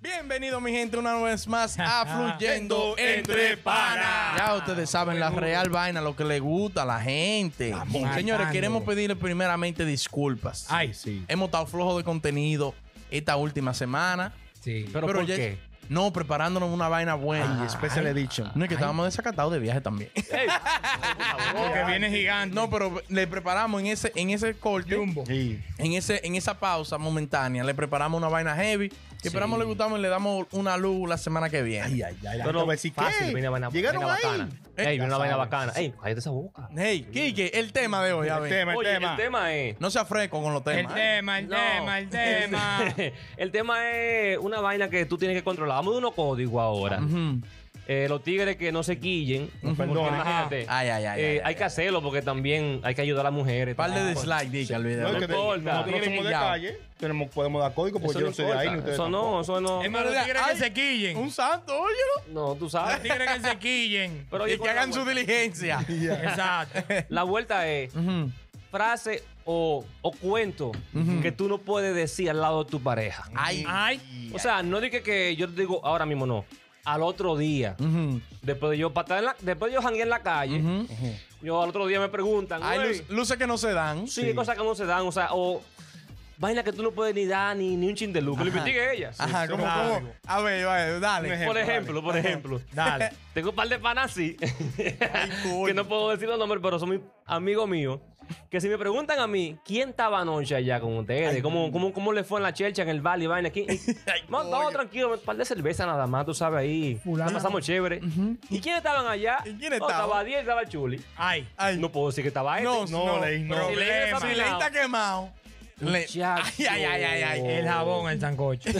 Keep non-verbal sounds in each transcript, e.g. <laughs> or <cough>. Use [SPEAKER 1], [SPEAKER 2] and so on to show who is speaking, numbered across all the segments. [SPEAKER 1] Bienvenido, mi gente, una vez más <laughs> a Fluyendo
[SPEAKER 2] Entre Panas.
[SPEAKER 1] Ya ustedes saben la real vaina, lo que le gusta a la gente. Señores,
[SPEAKER 3] matando.
[SPEAKER 1] queremos pedirle primeramente disculpas.
[SPEAKER 3] Ay, sí.
[SPEAKER 1] Hemos estado flojos de contenido esta última semana.
[SPEAKER 3] Sí. ¿Pero,
[SPEAKER 1] Pero
[SPEAKER 3] por
[SPEAKER 1] ya-
[SPEAKER 3] qué?
[SPEAKER 1] No, preparándonos una vaina buena.
[SPEAKER 2] Y Special Edition.
[SPEAKER 1] No, es que estábamos desacatados de viaje también.
[SPEAKER 4] Porque viene gigante.
[SPEAKER 1] No, pero le preparamos en ese, en ese corte,
[SPEAKER 2] Sí.
[SPEAKER 1] en, ese, en esa pausa momentánea, le preparamos una vaina heavy. que Esperamos le gustamos y le damos una luz la semana que viene.
[SPEAKER 2] Ay, ay, ay.
[SPEAKER 5] Pero
[SPEAKER 2] la gente va a decir,
[SPEAKER 5] fácil,
[SPEAKER 2] ¿qué?
[SPEAKER 5] viene una vaina,
[SPEAKER 2] Llegaron
[SPEAKER 5] vaina
[SPEAKER 2] ahí.
[SPEAKER 5] bacana.
[SPEAKER 1] Eh,
[SPEAKER 5] Ey, viene una
[SPEAKER 1] ya
[SPEAKER 5] vaina
[SPEAKER 1] sabes.
[SPEAKER 5] bacana. Ey, cállate esa boca.
[SPEAKER 1] Hey, Kike, el tema de hoy, a
[SPEAKER 4] El
[SPEAKER 1] ver.
[SPEAKER 4] tema, el
[SPEAKER 5] Oye,
[SPEAKER 4] tema.
[SPEAKER 5] el tema es...
[SPEAKER 1] No sea fresco con los
[SPEAKER 4] El
[SPEAKER 1] temas. ¿eh?
[SPEAKER 4] tema, el
[SPEAKER 5] No. <laughs>
[SPEAKER 4] tema, el tema.
[SPEAKER 5] el tema es una vaina que tú tienes que controlar. Vamos de unos códigos ahora.
[SPEAKER 1] Ujú.
[SPEAKER 5] Eh, los tigres que no se quillen. porque
[SPEAKER 2] Perdón.
[SPEAKER 5] imagínate,
[SPEAKER 1] Ay, ay, ay,
[SPEAKER 5] eh,
[SPEAKER 1] ay,
[SPEAKER 5] hay que hacerlo porque también hay que ayudar a las mujeres.
[SPEAKER 1] Par de
[SPEAKER 5] también.
[SPEAKER 1] dislike, dica, al video.
[SPEAKER 2] No,
[SPEAKER 5] No
[SPEAKER 2] que te-
[SPEAKER 5] importa.
[SPEAKER 2] Nosotros no
[SPEAKER 5] Tienen
[SPEAKER 2] somos de
[SPEAKER 1] guillao.
[SPEAKER 2] calle. Tenemos, podemos dar código porque
[SPEAKER 5] Eso
[SPEAKER 2] pues, yo
[SPEAKER 5] no
[SPEAKER 2] no soy de
[SPEAKER 5] importa.
[SPEAKER 2] ahí. ni ustedes
[SPEAKER 5] Eso
[SPEAKER 2] tampoco.
[SPEAKER 5] no, eso no.
[SPEAKER 4] Es más, los tigres que se quillen.
[SPEAKER 1] Un santo, óyelo.
[SPEAKER 5] No, tú
[SPEAKER 1] <laughs>
[SPEAKER 4] Los
[SPEAKER 5] sabes.
[SPEAKER 4] tigres que se quillen.
[SPEAKER 5] Pero
[SPEAKER 1] Y
[SPEAKER 5] oye,
[SPEAKER 1] que hagan su
[SPEAKER 5] la,
[SPEAKER 1] diligencia.
[SPEAKER 4] Exacto.
[SPEAKER 5] la vuelta es
[SPEAKER 1] Ujú.
[SPEAKER 5] frase o, o cuento que tú no puedes decir al lado de tu pareja.
[SPEAKER 1] <laughs> Ay.
[SPEAKER 4] Ay.
[SPEAKER 5] O sea, no dije que yo te digo ahora mismo, no. Al otro día,
[SPEAKER 1] Ujú.
[SPEAKER 5] después de yo patar en la, después de yo janguear en la calle,
[SPEAKER 1] Ujú.
[SPEAKER 5] yo al otro día me preguntan,
[SPEAKER 1] Hay
[SPEAKER 5] "Güey,
[SPEAKER 1] lu- luces que no se dan.
[SPEAKER 5] sí, hay cosas que no se dan, o sea, o vaina que tú no puedes ni dar ni, ni un chin de luz, que lo investigue ella.
[SPEAKER 1] Ajá,
[SPEAKER 2] sí,
[SPEAKER 1] como,
[SPEAKER 2] claro.
[SPEAKER 1] como- A ver, a ver,
[SPEAKER 2] Un
[SPEAKER 1] dale.
[SPEAKER 2] ejemplo,
[SPEAKER 5] Por ejemplo, por ejemplo. <laughs>
[SPEAKER 2] Dale.
[SPEAKER 5] Tengo un par de panas así, que
[SPEAKER 1] coño.
[SPEAKER 5] no puedo decir los nombres, pero son mis amigos míos. Que si me preguntan a mí, ¿quién estaba anoche allá con ustedes? ¿Cómo, cómo, cómo le fue en la chelcha, en el bar y vaina? aquí?
[SPEAKER 1] <laughs>
[SPEAKER 5] No, no, tranquilo, un par de cerveza nada más, tú sabes ahí. La pasamos chévere. ¿Y quién estaban allá?
[SPEAKER 1] ¿Y quién
[SPEAKER 5] No,
[SPEAKER 1] estaba?
[SPEAKER 5] estaba Diez, estaba Chuli.
[SPEAKER 4] Ay.
[SPEAKER 1] Ay.
[SPEAKER 5] No puedo decir que estaba este. él.
[SPEAKER 1] No,
[SPEAKER 2] No,
[SPEAKER 1] no,
[SPEAKER 2] leí, no.
[SPEAKER 1] pero-
[SPEAKER 5] Si le
[SPEAKER 4] problema.
[SPEAKER 5] está
[SPEAKER 1] Si le está
[SPEAKER 5] afinado.
[SPEAKER 1] quemado. le-
[SPEAKER 5] Muchacho.
[SPEAKER 1] Ay, ay, ay, ay, ay.
[SPEAKER 4] El jabón, el sancocho.
[SPEAKER 1] si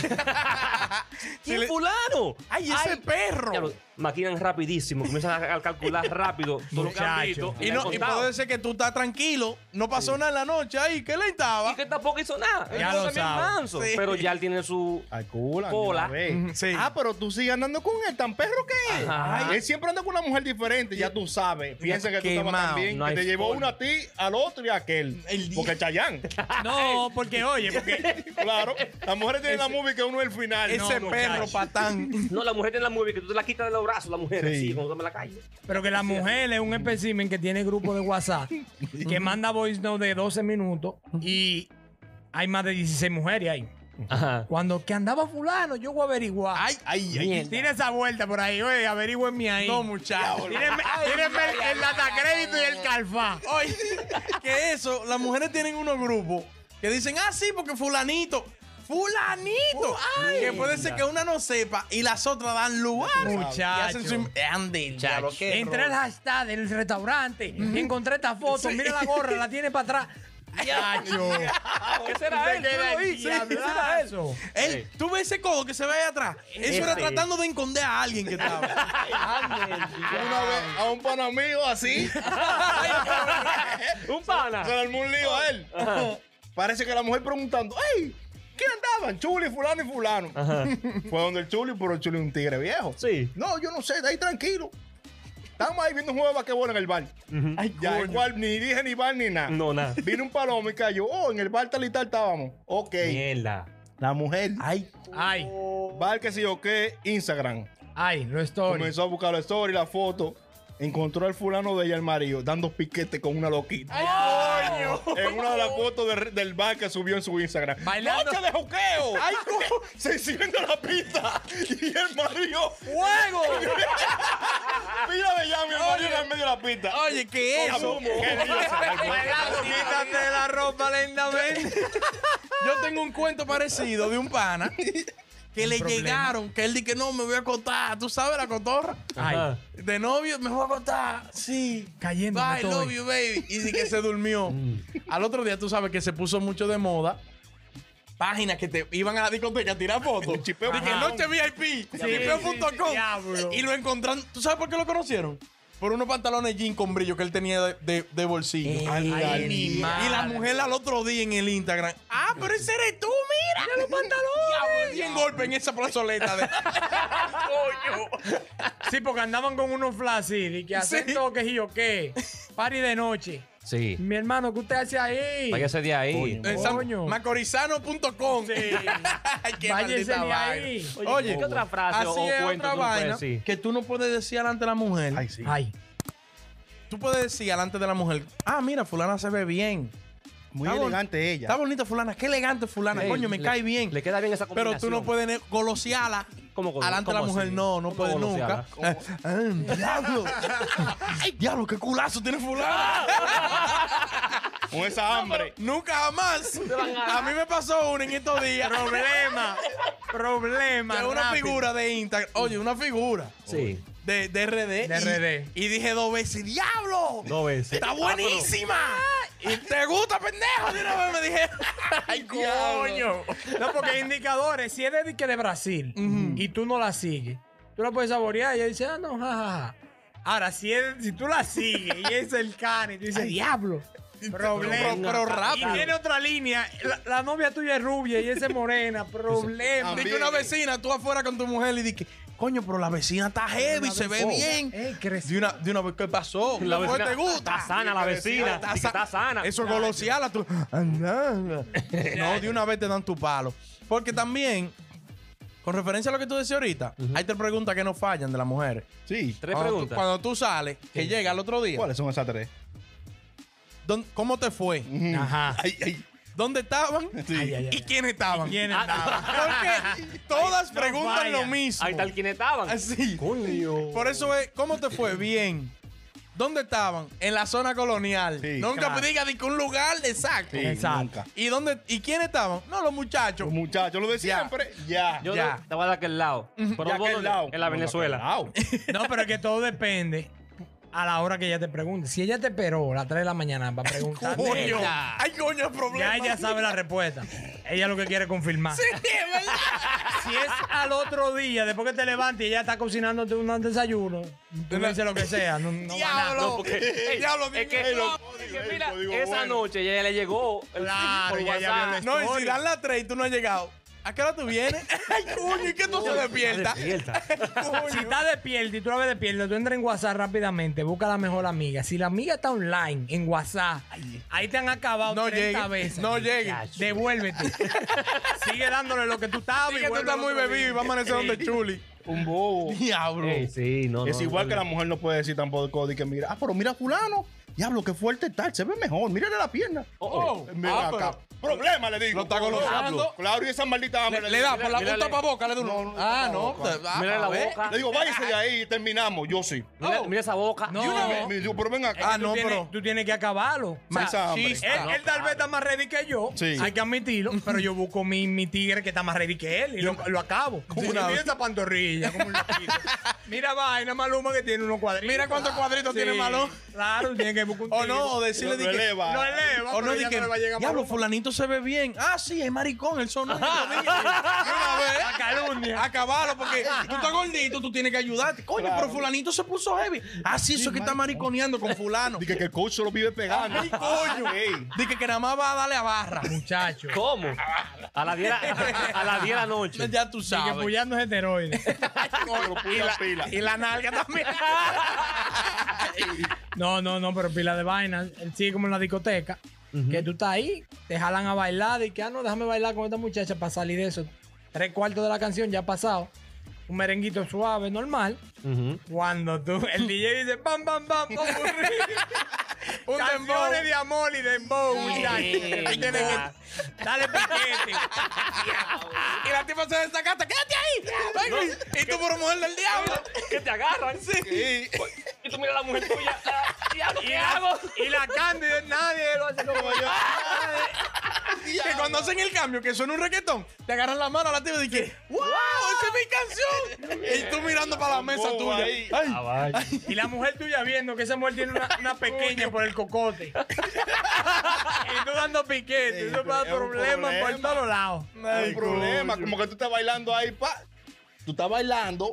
[SPEAKER 5] ¿Quién
[SPEAKER 1] le-
[SPEAKER 5] fulano?
[SPEAKER 1] Ay, ese perro.
[SPEAKER 5] Ya lo- maquinan rapidísimo, comienzan a a calcular
[SPEAKER 1] <laughs>
[SPEAKER 5] rápido todo lo que han
[SPEAKER 4] Muchacho.
[SPEAKER 5] visto.
[SPEAKER 1] Y, no, y
[SPEAKER 5] contado.
[SPEAKER 1] puede ser que tú estás tranquilo, no pasó nada en la noche, ay, que le estaba.
[SPEAKER 5] Y que tampoco hizo nada.
[SPEAKER 4] Ya
[SPEAKER 5] Él
[SPEAKER 4] lo
[SPEAKER 5] también
[SPEAKER 4] sabe.
[SPEAKER 5] manso.
[SPEAKER 1] Sí.
[SPEAKER 5] Pero ya él tiene su.
[SPEAKER 2] Calculan.
[SPEAKER 5] Pola.
[SPEAKER 2] de una
[SPEAKER 5] <laughs>
[SPEAKER 2] vez.
[SPEAKER 1] Ujú, sí.
[SPEAKER 2] Ah, pero tú sigues andando con él, tan perro que es.
[SPEAKER 5] Ajá.
[SPEAKER 2] Ay, Él siempre anda con una mujer diferente, ya tú sabes. Piensa que tú estabas
[SPEAKER 1] Quemado.
[SPEAKER 2] tan bien,
[SPEAKER 5] No
[SPEAKER 2] que
[SPEAKER 5] hay
[SPEAKER 2] te llevó
[SPEAKER 5] forma.
[SPEAKER 2] una a ti, al otro y a aquel.
[SPEAKER 1] El
[SPEAKER 5] <laughs>
[SPEAKER 2] Porque Chayán.
[SPEAKER 5] Ah, eh.
[SPEAKER 4] No, porque oye, porque.
[SPEAKER 2] claro. Las mujeres tienen la movie que uno es el final.
[SPEAKER 1] ese
[SPEAKER 2] No, no,
[SPEAKER 1] perro
[SPEAKER 2] chacho.
[SPEAKER 1] <laughs> patán.
[SPEAKER 5] No, la mujer tiene la movie que tú te la quitas de los brazos, la mujer,
[SPEAKER 2] Sí.
[SPEAKER 5] así, cuando toma la calle.
[SPEAKER 4] Pero que la mujer es un espécimen que tiene grupo de WhatsApp que manda voice note de 12 minutos y hay más de 16 mujeres ahí.
[SPEAKER 5] Ajá.
[SPEAKER 4] Cuando que andaba fulano, yo voy a averiguar. Ay,
[SPEAKER 2] Ay, ay,
[SPEAKER 4] Tira esa vuelta por ahí, oye, averigüenme ahí.
[SPEAKER 1] No, muchacho.
[SPEAKER 4] Tírenme, tírenme el, el datacrédito y el calfá.
[SPEAKER 1] Oye, que eso, las mujeres tienen unos grupos que dicen, ah, sí, porque fulanito. Fulanito. que puede ser que una no sepa y las otras dan lugar. Y hacen su...
[SPEAKER 4] Muchacho.
[SPEAKER 1] eh, Ande, ya lo que...
[SPEAKER 4] Entré al hashtag del restaurante, encontré esta foto, mira la gorra, la tiene para atrás. <laughs> Muchacho.
[SPEAKER 5] ¿Qué será él? ¿Tú lo
[SPEAKER 4] Sí,
[SPEAKER 5] hice? ¿Qué será él?
[SPEAKER 4] diablazo.
[SPEAKER 1] Él, tú ves ese codo que se ve ahí atrás. Eso era
[SPEAKER 5] Ese.
[SPEAKER 1] tratando de esconder a alguien que estaba.
[SPEAKER 2] Una vez a un pana mío así, se
[SPEAKER 5] Un
[SPEAKER 1] Ah.
[SPEAKER 5] pana.
[SPEAKER 2] le armó un lío a él.
[SPEAKER 1] Oh.
[SPEAKER 2] Parece que la mujer preguntando, ¡Ey! ¿Quién andaban? Chuli, fulano y fulano.
[SPEAKER 1] Ah.
[SPEAKER 2] Fue donde el Chuli, pero el Chuli es un tigre viejo.
[SPEAKER 5] Sí.
[SPEAKER 2] No, yo no sé, de ahí tranquilo. Estamos ahí viendo un juego de basquetbol en el bar.
[SPEAKER 1] Ay,
[SPEAKER 2] Ya,
[SPEAKER 1] coño.
[SPEAKER 2] el cual ni dije ni bar ni nada.
[SPEAKER 5] No, nada.
[SPEAKER 2] Vino un palomo y cayó. Oh, en el bar tal y tal estábamos. Ok.
[SPEAKER 5] Mierda.
[SPEAKER 2] La mujer.
[SPEAKER 1] Ay,
[SPEAKER 4] Ay,
[SPEAKER 2] Bar que sé yo qué, Instagram.
[SPEAKER 4] ay, lo estoy.
[SPEAKER 2] Comenzó a buscar la story, la foto. Encontró al fulano de ella, el marido, dando piquete con una loquita. En una de las fotos de- del bar que subió en su Instagram.
[SPEAKER 4] Bailando.
[SPEAKER 2] ¡Noche de juqueo! ¡Ay, no! Se enciende la pista. Y el marido.
[SPEAKER 1] ¡Fuego!
[SPEAKER 2] <laughs> Mira de llama, y el marido en el medio de la pista.
[SPEAKER 1] Oye, ¿qué es eso?
[SPEAKER 2] Con humo. ¡Qué Dios, hermano!
[SPEAKER 1] Quítate la ropa lentamente. <laughs> Yo tengo un cuento parecido de un pana que le llegaron, que él dice que no, me voy a acostar. ¿Tú sabes la cotorra?
[SPEAKER 4] Ay,
[SPEAKER 5] Ajá.
[SPEAKER 1] De novio, me voy a acostar. Sí.
[SPEAKER 4] cayendo.
[SPEAKER 1] Bye, love you, baby. Y sí que se <laughs> durmió. Al otro día, tú sabes que se puso mucho de moda. Páginas que te iban a la discoteca a tirar fotos.
[SPEAKER 2] chipeo.
[SPEAKER 1] Dije,
[SPEAKER 2] Ajá.
[SPEAKER 1] noche VIP, chipeo.com.
[SPEAKER 4] Diablo.
[SPEAKER 1] Y lo encontraron. ¿Tú sabes por qué lo conocieron? por unos pantalones jean con brillo que él tenía de, de- de bolsillo.
[SPEAKER 4] Ay, mi madre.
[SPEAKER 1] Y la mujer al otro día en el Instagram. Ah, pero ese eres tú, mira. <laughs> los pantalones. Y en golpe en esa plazoleta. <laughs> De... Coño.
[SPEAKER 4] Sí, porque andaban con unos flashes y que hacen
[SPEAKER 1] Sí.
[SPEAKER 4] toques y yo qué. Party de noche.
[SPEAKER 5] Sí.
[SPEAKER 4] Mi hermano, ¿qué usted hace ahí?
[SPEAKER 5] Váyase de ahí.
[SPEAKER 1] En San-
[SPEAKER 4] Coño.
[SPEAKER 1] Macorizano.com.
[SPEAKER 4] Sí.
[SPEAKER 1] <laughs> Ay, qué
[SPEAKER 4] Váyase
[SPEAKER 1] maldita
[SPEAKER 4] de
[SPEAKER 1] vaina.
[SPEAKER 4] ahí.
[SPEAKER 1] Oye,
[SPEAKER 5] ¿qué otra frase o
[SPEAKER 1] Así es
[SPEAKER 5] cuento
[SPEAKER 1] otra
[SPEAKER 5] tú pues? puedes
[SPEAKER 1] vaina
[SPEAKER 5] decir?
[SPEAKER 1] que tú no puedes decir delante de la mujer.
[SPEAKER 2] Ay, sí.
[SPEAKER 4] Ay.
[SPEAKER 1] Tú puedes decir delante de la mujer, ah, mira, fulana se ve bien.
[SPEAKER 2] Muy
[SPEAKER 1] Está bon-
[SPEAKER 2] elegante ella.
[SPEAKER 1] Está bonita fulana, qué elegante fulana,
[SPEAKER 5] Ey,
[SPEAKER 1] coño, me
[SPEAKER 5] le-
[SPEAKER 1] cae bien.
[SPEAKER 5] Le queda bien esa
[SPEAKER 1] Pero
[SPEAKER 5] combinación.
[SPEAKER 1] tú no puedes ne- golosearla.
[SPEAKER 5] ¿Cómo golo-
[SPEAKER 1] Alante de la
[SPEAKER 5] cómo
[SPEAKER 1] mujer,
[SPEAKER 5] así?
[SPEAKER 1] no, no
[SPEAKER 5] ¿Cómo
[SPEAKER 1] puedes nunca.
[SPEAKER 5] golosearla?
[SPEAKER 1] <laughs> Ay, diablo. Ay, diablo, qué culazo tiene fulana.
[SPEAKER 2] Con esa hambre.
[SPEAKER 1] Nunca jamás. A mí me pasó una en estos días.
[SPEAKER 4] Problema. Problema.
[SPEAKER 1] Que una
[SPEAKER 4] rápido.
[SPEAKER 1] figura de Instagram. Oye, una figura.
[SPEAKER 5] Sí.
[SPEAKER 1] De, de RD.
[SPEAKER 4] De
[SPEAKER 1] y-
[SPEAKER 4] RD.
[SPEAKER 1] Y, dije dos veces, ¡diablo!
[SPEAKER 5] Dos veces. Ah,
[SPEAKER 1] ¡Está buenísima! ¿Y te gusta, pendejo? De una vez me dije, <laughs> ¡ay, coño!
[SPEAKER 4] Coño. No, porque hay indicadores. Si es de, que de Brasil y tú no la sigues, tú la puedes saborear y ella dice, ah, no, jajaja. Ahora, si, es- si tú la sigues y es el cane, tú dices, diablo. Problema.
[SPEAKER 1] Pero, pero rápido.
[SPEAKER 4] Y tiene otra línea. La, la novia tuya es rubia y esa es morena. Problema.
[SPEAKER 1] Dije una vecina, tú afuera con tu mujer y dije, coño, pero la vecina está heavy, se ve bien.
[SPEAKER 4] Ey, creció.
[SPEAKER 1] De una, de una vez, ¿qué pasó?
[SPEAKER 5] La
[SPEAKER 1] ¿Cómo
[SPEAKER 5] vecina-
[SPEAKER 1] te gusta?
[SPEAKER 5] Está sana la vecina. Dice
[SPEAKER 1] Está,
[SPEAKER 5] que
[SPEAKER 1] sa-
[SPEAKER 5] está sana.
[SPEAKER 1] Eso es goloseala. Tú... No, de una vez te dan tu palo. Porque también, con referencia a lo que tú decías ahorita, hay tres preguntas que no fallan de las mujeres.
[SPEAKER 2] Sí.
[SPEAKER 5] Tres
[SPEAKER 1] cuando, Ah, Tú,
[SPEAKER 5] preguntas.
[SPEAKER 1] cuando tú sales, que llega al otro día,
[SPEAKER 2] ¿Cuáles son esas tres?
[SPEAKER 1] ¿dónde- ¿cómo te fue?
[SPEAKER 4] Ajá.
[SPEAKER 2] Ay, ay.
[SPEAKER 1] ¿Dónde estaban?
[SPEAKER 4] Ay, ay, ay.
[SPEAKER 1] ¿Y quiénes estaban?
[SPEAKER 4] ¿Quién
[SPEAKER 5] Ah,
[SPEAKER 4] andaba?
[SPEAKER 1] Porque todas
[SPEAKER 4] no
[SPEAKER 1] preguntan
[SPEAKER 4] falla.
[SPEAKER 1] lo mismo.
[SPEAKER 5] Ahí tal quien estaban.
[SPEAKER 1] Así.
[SPEAKER 5] Coño.
[SPEAKER 1] Por eso es, ¿cómo te fue? Bien. ¿Dónde estaban? En la zona colonial.
[SPEAKER 2] Sí,
[SPEAKER 1] Nunca
[SPEAKER 4] claro.
[SPEAKER 1] me digas de que un lugar exacto.
[SPEAKER 2] Sí,
[SPEAKER 4] Exacto.
[SPEAKER 2] nunca.
[SPEAKER 1] ¿Y dónde? ¿Y quiénes estaban? No, los muchachos.
[SPEAKER 2] Los muchachos, lo de
[SPEAKER 1] Ya.
[SPEAKER 2] siempre. Ya.
[SPEAKER 5] Yo
[SPEAKER 1] Ya.
[SPEAKER 5] no- te voy a dar aquel lado. Pero
[SPEAKER 2] Ya
[SPEAKER 5] vos
[SPEAKER 2] aquel
[SPEAKER 5] dónde?
[SPEAKER 2] lado.
[SPEAKER 5] En la
[SPEAKER 2] No,
[SPEAKER 5] Venezuela.
[SPEAKER 2] aquel lado. <laughs>
[SPEAKER 4] No, pero es que todo depende a la hora que ella te pregunte. Si ella te esperó a las 3 de la mañana para preguntarte,
[SPEAKER 1] Coño.
[SPEAKER 5] Neta.
[SPEAKER 1] Ay, coño, el problema.
[SPEAKER 4] ya ella sabe la respuesta. Ella lo que quiere es confirmar.
[SPEAKER 1] Pues, Sí, es verdad.
[SPEAKER 4] Si es al otro día, después que te levantes y ella está cocinándote un desayuno, tú le dices lo que sea. No, no va
[SPEAKER 1] <laughs>
[SPEAKER 4] nada.
[SPEAKER 1] Diablo.
[SPEAKER 5] No,
[SPEAKER 2] <laughs>
[SPEAKER 5] porque- Ey,
[SPEAKER 1] Diablo,
[SPEAKER 5] es
[SPEAKER 1] dime
[SPEAKER 5] que,
[SPEAKER 1] no.
[SPEAKER 5] es que
[SPEAKER 2] el
[SPEAKER 5] mira,
[SPEAKER 2] código
[SPEAKER 5] esa
[SPEAKER 2] bueno.
[SPEAKER 5] noche ya le llegó el
[SPEAKER 4] Claro,
[SPEAKER 5] por
[SPEAKER 4] ya- ya
[SPEAKER 5] WhatsApp.
[SPEAKER 4] vio el
[SPEAKER 1] No, y si dan las 3 y tú no has llegado, ¿a qué hora tú vienes? <laughs> Ay, coño, ¿y qué tú se despiertas?
[SPEAKER 5] Despierta. <laughs>
[SPEAKER 4] Si está despierta y tú la ves despierta, tú entras en WhatsApp rápidamente, busca a la mejor amiga. Si la amiga está online en WhatsApp, ahí te han acabado
[SPEAKER 1] No
[SPEAKER 4] 30
[SPEAKER 1] llegues.
[SPEAKER 4] veces.
[SPEAKER 1] No llegues. <laughs>
[SPEAKER 4] Devuélvete. Sigue dándole lo que tú estabas.
[SPEAKER 1] Sí,
[SPEAKER 4] y
[SPEAKER 1] que tú
[SPEAKER 4] vuelve
[SPEAKER 1] estás muy
[SPEAKER 4] otro día.
[SPEAKER 1] bebido y va a amanecer donde Chuli.
[SPEAKER 2] Un bobo.
[SPEAKER 1] Diablo.
[SPEAKER 5] Ey, sí, no,
[SPEAKER 2] es
[SPEAKER 5] no,
[SPEAKER 2] igual
[SPEAKER 5] no,
[SPEAKER 2] que la
[SPEAKER 5] no.
[SPEAKER 2] mujer no puede decir tampoco de que mira, ah, pero mira fulano. Diablo, qué fuerte tal, se ve mejor, mírale la pierna.
[SPEAKER 1] Oh,
[SPEAKER 2] Mira
[SPEAKER 1] ah,
[SPEAKER 2] acá.
[SPEAKER 1] pero-
[SPEAKER 2] Problema le digo.
[SPEAKER 1] Lo está golosando.
[SPEAKER 2] Claro, y esa maldita hambre.
[SPEAKER 1] Le, le da por la
[SPEAKER 5] Mírale.
[SPEAKER 1] punta para boca, le da
[SPEAKER 2] No,
[SPEAKER 1] uno.
[SPEAKER 2] no,
[SPEAKER 1] Ah,
[SPEAKER 2] no,
[SPEAKER 1] no.
[SPEAKER 2] no,
[SPEAKER 1] ah,
[SPEAKER 5] Mírale
[SPEAKER 1] a
[SPEAKER 5] la
[SPEAKER 1] ver.
[SPEAKER 5] boca.
[SPEAKER 2] Le ¿Eh? digo,
[SPEAKER 1] Ah.
[SPEAKER 2] váyase de ahí y terminamos. Yo sí.
[SPEAKER 5] Mira,
[SPEAKER 1] Oh.
[SPEAKER 5] mira esa boca.
[SPEAKER 4] No.
[SPEAKER 5] Y una vez-
[SPEAKER 2] Me, me digo, pero ven acá.
[SPEAKER 1] Ah,
[SPEAKER 4] Tú
[SPEAKER 1] no,
[SPEAKER 4] tienes-
[SPEAKER 1] pero-
[SPEAKER 4] Tú tienes que acabarlo. O
[SPEAKER 1] Ah,
[SPEAKER 4] sea,
[SPEAKER 2] Más hambre.
[SPEAKER 1] sí,
[SPEAKER 4] Él,
[SPEAKER 1] No,
[SPEAKER 4] él tal vez está más ready que yo,
[SPEAKER 2] Sí.
[SPEAKER 4] hay que
[SPEAKER 1] <laughs>
[SPEAKER 4] admitirlo, pero yo busco mi, mi tigre que está más ready que él y lo, lo acabo. Como
[SPEAKER 1] una vez.
[SPEAKER 4] esa pantorrilla, como un
[SPEAKER 1] <laughs>
[SPEAKER 4] loquito. Mira, vaina Maluma que tiene unos cuadritos. Ah,
[SPEAKER 1] Mira cuántos cuadritos tiene Maluma.
[SPEAKER 4] Claro, tiene que buscar
[SPEAKER 1] <laughs>
[SPEAKER 4] un
[SPEAKER 1] O
[SPEAKER 4] tigre.
[SPEAKER 1] no, o decirle
[SPEAKER 2] Lo
[SPEAKER 1] di que-
[SPEAKER 2] eleva.
[SPEAKER 4] Lo eleva,
[SPEAKER 1] O no,
[SPEAKER 4] pero
[SPEAKER 1] di
[SPEAKER 4] ya
[SPEAKER 1] que,
[SPEAKER 4] no le va a llegar
[SPEAKER 1] diablo,
[SPEAKER 4] Maluma.
[SPEAKER 1] fulanito se ve bien. Ah, sí, es maricón, el sonó. el otro día. De <laughs> una vez.
[SPEAKER 4] La calumnia.
[SPEAKER 1] Acabalo, porque tú estás gordito, tú tienes que ayudarte. Coño,
[SPEAKER 2] Claro.
[SPEAKER 1] pero fulanito se puso heavy. Ah, sí, eso es que está mariconeando con fulano.
[SPEAKER 2] Dije que el coach solo vive pegando.
[SPEAKER 1] Ay, coño.
[SPEAKER 2] Ey.
[SPEAKER 1] Dije que nada más va a darle a barra.
[SPEAKER 4] Muchacho.
[SPEAKER 5] ¿Cómo? A las 10
[SPEAKER 2] <laughs>
[SPEAKER 5] a las 10 de la <laughs> noche.
[SPEAKER 1] Ya tú
[SPEAKER 4] Y que
[SPEAKER 1] sabes.
[SPEAKER 4] pullando es heteroide.
[SPEAKER 2] Pero pila, pila.
[SPEAKER 1] Y la nalga <laughs> también.
[SPEAKER 4] No, no, no, pero pila de vainas. Él sigue como en la discoteca. Que tú estás ahí, te jalan a bailar. Y que, ah, no, déjame bailar con esta muchacha para salir de eso. Tres cuartos de la canción ya ha pasado. Un merenguito suave, normal.
[SPEAKER 5] Ujú.
[SPEAKER 4] Cuando tú, <laughs> el DJ dice, pam, pam, pam, <laughs> pam,
[SPEAKER 1] Un dembow.
[SPEAKER 4] Canciones de amor y
[SPEAKER 1] Oh,
[SPEAKER 4] dembow, muchacho.
[SPEAKER 5] Ay,
[SPEAKER 4] Ahí tiene
[SPEAKER 5] ma.
[SPEAKER 4] que- Dale <laughs> piquete.
[SPEAKER 1] Y la tipa se desacata. ¡Quédate ahí! Venga, y tú por mujer del diablo.
[SPEAKER 5] Que te agarran.
[SPEAKER 1] Sí.
[SPEAKER 5] Y tú miras a la mujer tuya. ah, Diablo,
[SPEAKER 4] Y
[SPEAKER 5] ¿qué
[SPEAKER 4] la,
[SPEAKER 5] hago?
[SPEAKER 4] y la Candy, nadie lo hace como yo.
[SPEAKER 1] <laughs> Que cuando hacen el cambio, que suena un reggaetón, te agarran la mano a la tipa y dicen, ¡Wow! ¡Esa es mi canción! Y tú mirando para la mesa
[SPEAKER 2] Bobo
[SPEAKER 1] tuya.
[SPEAKER 2] ahí.
[SPEAKER 1] Ay,
[SPEAKER 5] Ah, vaya.
[SPEAKER 4] Y la mujer tuya viendo que esa mujer tiene una, una pequeña por el cocote. y tú dando piquete.
[SPEAKER 2] Sí,
[SPEAKER 4] eso va a
[SPEAKER 2] es un
[SPEAKER 4] problemas por
[SPEAKER 2] problema.
[SPEAKER 4] todos lados.
[SPEAKER 2] No hay problema. Como que tú estás bailando ahí, pa. Tú estás bailando.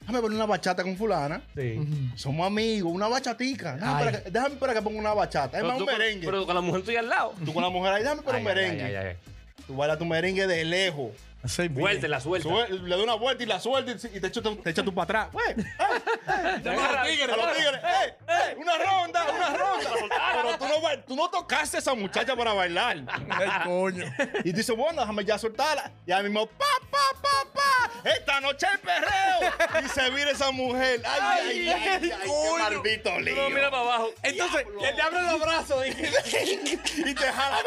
[SPEAKER 2] déjame poner una bachata con fulana.
[SPEAKER 5] Sí.
[SPEAKER 2] Somos amigos, una bachatica. Déjame
[SPEAKER 4] Ay.
[SPEAKER 2] para, que, déjame para que ponga una bachata. Es
[SPEAKER 5] Pero
[SPEAKER 2] más,
[SPEAKER 5] tú
[SPEAKER 2] un
[SPEAKER 5] con-
[SPEAKER 2] merengue.
[SPEAKER 5] Pero con la mujer tuya al lado.
[SPEAKER 2] Tú con la mujer ahí, déjame para un
[SPEAKER 5] Ay, ay,
[SPEAKER 2] merengue.
[SPEAKER 5] ay, ay, ay.
[SPEAKER 2] Tú bailas tu merengue de lejos.
[SPEAKER 5] Suelta, la suelta.
[SPEAKER 2] Sube- le doy una vuelta y la suelta y, y te echa te echa tú para atrás. Güey,
[SPEAKER 5] Te agarra-
[SPEAKER 2] a los tigres, ¡eh! ¡eh! ¡Una ronda! ¡Una ronda! Pero tú no, ba- tú no tocaste a esa muchacha para bailar.
[SPEAKER 1] Ay, coño.
[SPEAKER 2] Y tú dices, bueno, déjame ya soltarla. Y ahora mismo, pa, pa, pa, pa, esta noche es perreo. Y se vira esa mujer. Ay, ay, ay, ay, ay, qué
[SPEAKER 1] coño.
[SPEAKER 2] maldito lío.
[SPEAKER 5] No, mira para abajo.
[SPEAKER 1] Entonces, que te abren los brazos. y-
[SPEAKER 2] y te jala.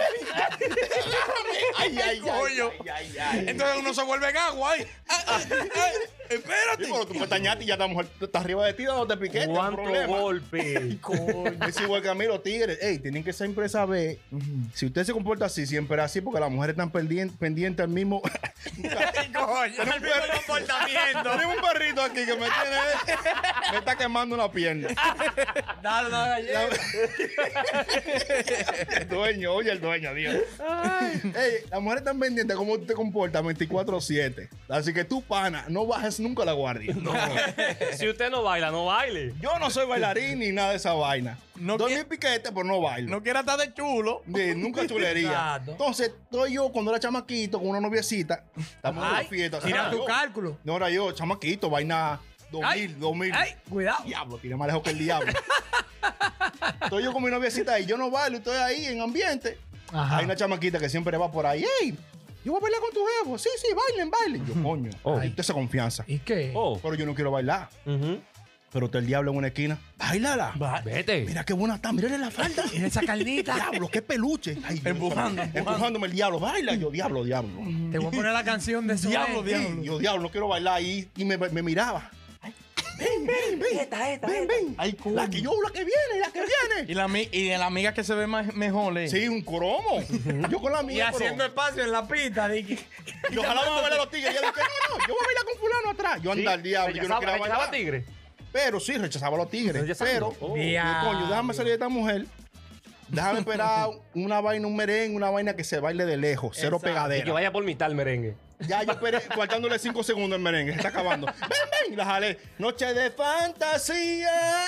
[SPEAKER 2] <laughs> Ay, ay, ay,
[SPEAKER 1] Coño.
[SPEAKER 2] ay, ay, ay.
[SPEAKER 1] Entonces uno se vuelve gago ahí. Ay, ay, ay,
[SPEAKER 2] Sí,
[SPEAKER 1] Espérate.
[SPEAKER 2] pero tú pestañaste y ya la mujer está arriba de ti dándote piquete. un
[SPEAKER 5] ¿Cuánto
[SPEAKER 2] este problema. <laughs>
[SPEAKER 5] golpe?
[SPEAKER 2] Es igual que a mí los tigres. Ey, tienen que siempre saber. Si usted se comporta así, siempre así, porque las mujeres están pendientes pendiente al
[SPEAKER 4] <laughs>
[SPEAKER 2] mismo.
[SPEAKER 1] Ay, coño.
[SPEAKER 2] Tenemos un perrito- Tenemos un perrito aquí que me tiene. eh, Me está quemando una pierna.
[SPEAKER 4] Dale una galleta.
[SPEAKER 2] <laughs> El dueño, oye, el dueño, Dios. Ey, las mujeres están pendientes a cómo tú te comportas 24-7. Así que tú, pana, no bajes nunca la guardia.
[SPEAKER 5] Si usted no baila, no baile.
[SPEAKER 2] Yo no soy bailarín ni nada de esa vaina.
[SPEAKER 1] No
[SPEAKER 2] Doy
[SPEAKER 1] que-
[SPEAKER 2] mi piquete, pero no bailo.
[SPEAKER 1] No quiera estar de chulo.
[SPEAKER 2] De nunca chulería.
[SPEAKER 4] Exacto.
[SPEAKER 2] Entonces, estoy yo cuando era chamaquito con una noviecita. Estamos en una
[SPEAKER 4] Ay,
[SPEAKER 2] fiesta.
[SPEAKER 4] tira
[SPEAKER 2] Ah,
[SPEAKER 4] tu
[SPEAKER 2] yo-
[SPEAKER 4] cálculo.
[SPEAKER 2] No era yo, chamaquito, vaina 2000, 2000.
[SPEAKER 4] Ay, cuidado.
[SPEAKER 2] Diablo, tiré más lejos que el
[SPEAKER 4] <laughs>
[SPEAKER 2] diablo. estoy yo con mi noviecita y yo no bailo, estoy ahí en ambiente.
[SPEAKER 4] Ajá.
[SPEAKER 2] Hay una chamaquita que siempre va por ahí. ¡Ey! Yo voy a bailar con tu jevo. Sí, sí, bailen, bailen. Yo, coño.
[SPEAKER 5] Oh.
[SPEAKER 2] Hay esa confianza.
[SPEAKER 4] ¿Y qué?
[SPEAKER 5] Oh.
[SPEAKER 2] Pero yo no quiero bailar.
[SPEAKER 5] Ujú.
[SPEAKER 2] Pero está el diablo en una esquina. ¡Báilala!
[SPEAKER 5] Vete.
[SPEAKER 2] Mira qué buena está, mírale la falda.
[SPEAKER 4] Mira esa carnita.
[SPEAKER 2] diablo, qué peluche. Ay, Dios.
[SPEAKER 1] Empujando,
[SPEAKER 2] empujándome el diablo. Baila yo, diablo, diablo.
[SPEAKER 4] Te voy a poner la canción de Zoé.
[SPEAKER 1] Diablo,
[SPEAKER 2] Sí, Yo, diablo, no quiero bailar ahí. Y me, me miraba. Ay, Ven, ven, ven. ven, ven. Ay, la que yo, la que viene, la que
[SPEAKER 1] Y <laughs>
[SPEAKER 2] viene.
[SPEAKER 1] la, ami- y la amiga que se ve más, mejor, ¿eh?
[SPEAKER 2] Sí, un cromo. Yo con la
[SPEAKER 4] Y
[SPEAKER 2] mía.
[SPEAKER 4] haciendo
[SPEAKER 2] pero-
[SPEAKER 4] espacio en la pista. Dije,
[SPEAKER 2] Y ojalá vamos a bailar los tigres. Y ella dice, no, no, yo voy a bailar con fulano atrás. Yo anda al diablo, yo no
[SPEAKER 5] Rechazaba-
[SPEAKER 2] quiero
[SPEAKER 5] rechazaba
[SPEAKER 2] bailar.
[SPEAKER 5] tigre.
[SPEAKER 2] Pero sí, rechazaba a los tigres.
[SPEAKER 5] Rechazando.
[SPEAKER 2] Pero,
[SPEAKER 5] Oh.
[SPEAKER 2] yo, coño, déjame salir de esta mujer. Déjame esperar una vaina, un merengue, una vaina que se baile de lejos, cero
[SPEAKER 5] Y que
[SPEAKER 2] pegadera.
[SPEAKER 5] vaya por mitad el merengue.
[SPEAKER 2] Ya yo esperé, faltándole cinco segundos el merengue, se está acabando. ven, ven, la jalé. Noche de fantasía.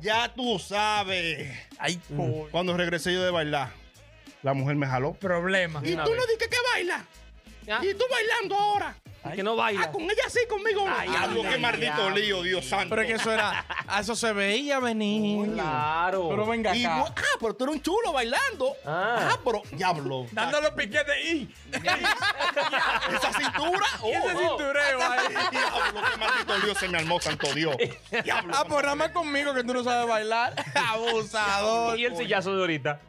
[SPEAKER 2] Ya tú sabes.
[SPEAKER 1] Ay, coño.
[SPEAKER 2] Cuando regresé yo de bailar, la mujer me jaló.
[SPEAKER 4] problema.
[SPEAKER 2] Y
[SPEAKER 5] una
[SPEAKER 2] tú
[SPEAKER 5] vez.
[SPEAKER 2] no dijiste que baila.
[SPEAKER 5] Ya.
[SPEAKER 2] Y tú bailando ahora.
[SPEAKER 5] Y que no baila.
[SPEAKER 2] Ah, con ella sí, conmigo no.
[SPEAKER 5] Ay,
[SPEAKER 2] Diablo,
[SPEAKER 5] ay,
[SPEAKER 2] qué
[SPEAKER 5] ay,
[SPEAKER 2] maldito
[SPEAKER 5] ay.
[SPEAKER 2] lío, Dios santo.
[SPEAKER 1] Pero es que eso era. A eso se veía venir.
[SPEAKER 5] Claro.
[SPEAKER 1] Pero venga
[SPEAKER 2] Y bu-
[SPEAKER 1] acá.
[SPEAKER 2] ah, pero tú eres un chulo bailando.
[SPEAKER 5] Ah.
[SPEAKER 2] Ah, pero diablo.
[SPEAKER 4] Dando los piquetes y
[SPEAKER 2] esa cintura. Oh,
[SPEAKER 4] ese cintureo ahí.
[SPEAKER 2] <laughs> diablo, qué maldito lío se me armó, santo Dios. Diablo.
[SPEAKER 1] Ah, pues nada más conmigo que tú no sabes
[SPEAKER 2] <laughs>
[SPEAKER 1] bailar. Abusador.
[SPEAKER 5] Y el sillazo de ahorita.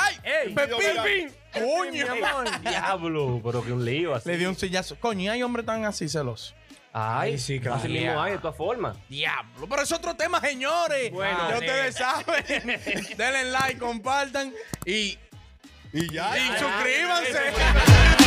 [SPEAKER 1] ¡Ay!
[SPEAKER 4] ¡Ey!
[SPEAKER 1] Pepín,
[SPEAKER 2] mira.
[SPEAKER 1] pin. ¡Coño!
[SPEAKER 4] Mi amor.
[SPEAKER 5] Diablo, pero que un lío así.
[SPEAKER 1] Le dio un sillazo. Coño, y hay hombres tan así celosos.
[SPEAKER 5] Ay,
[SPEAKER 4] Ay, sí, claro.
[SPEAKER 5] Así mismo hay, de todas formas.
[SPEAKER 1] Diablo. Pero es otro tema, señores.
[SPEAKER 5] Bueno.
[SPEAKER 1] ya ustedes saben. Denle like, compartan y,
[SPEAKER 2] Y ya.
[SPEAKER 1] y
[SPEAKER 2] ya.
[SPEAKER 1] suscríbanse.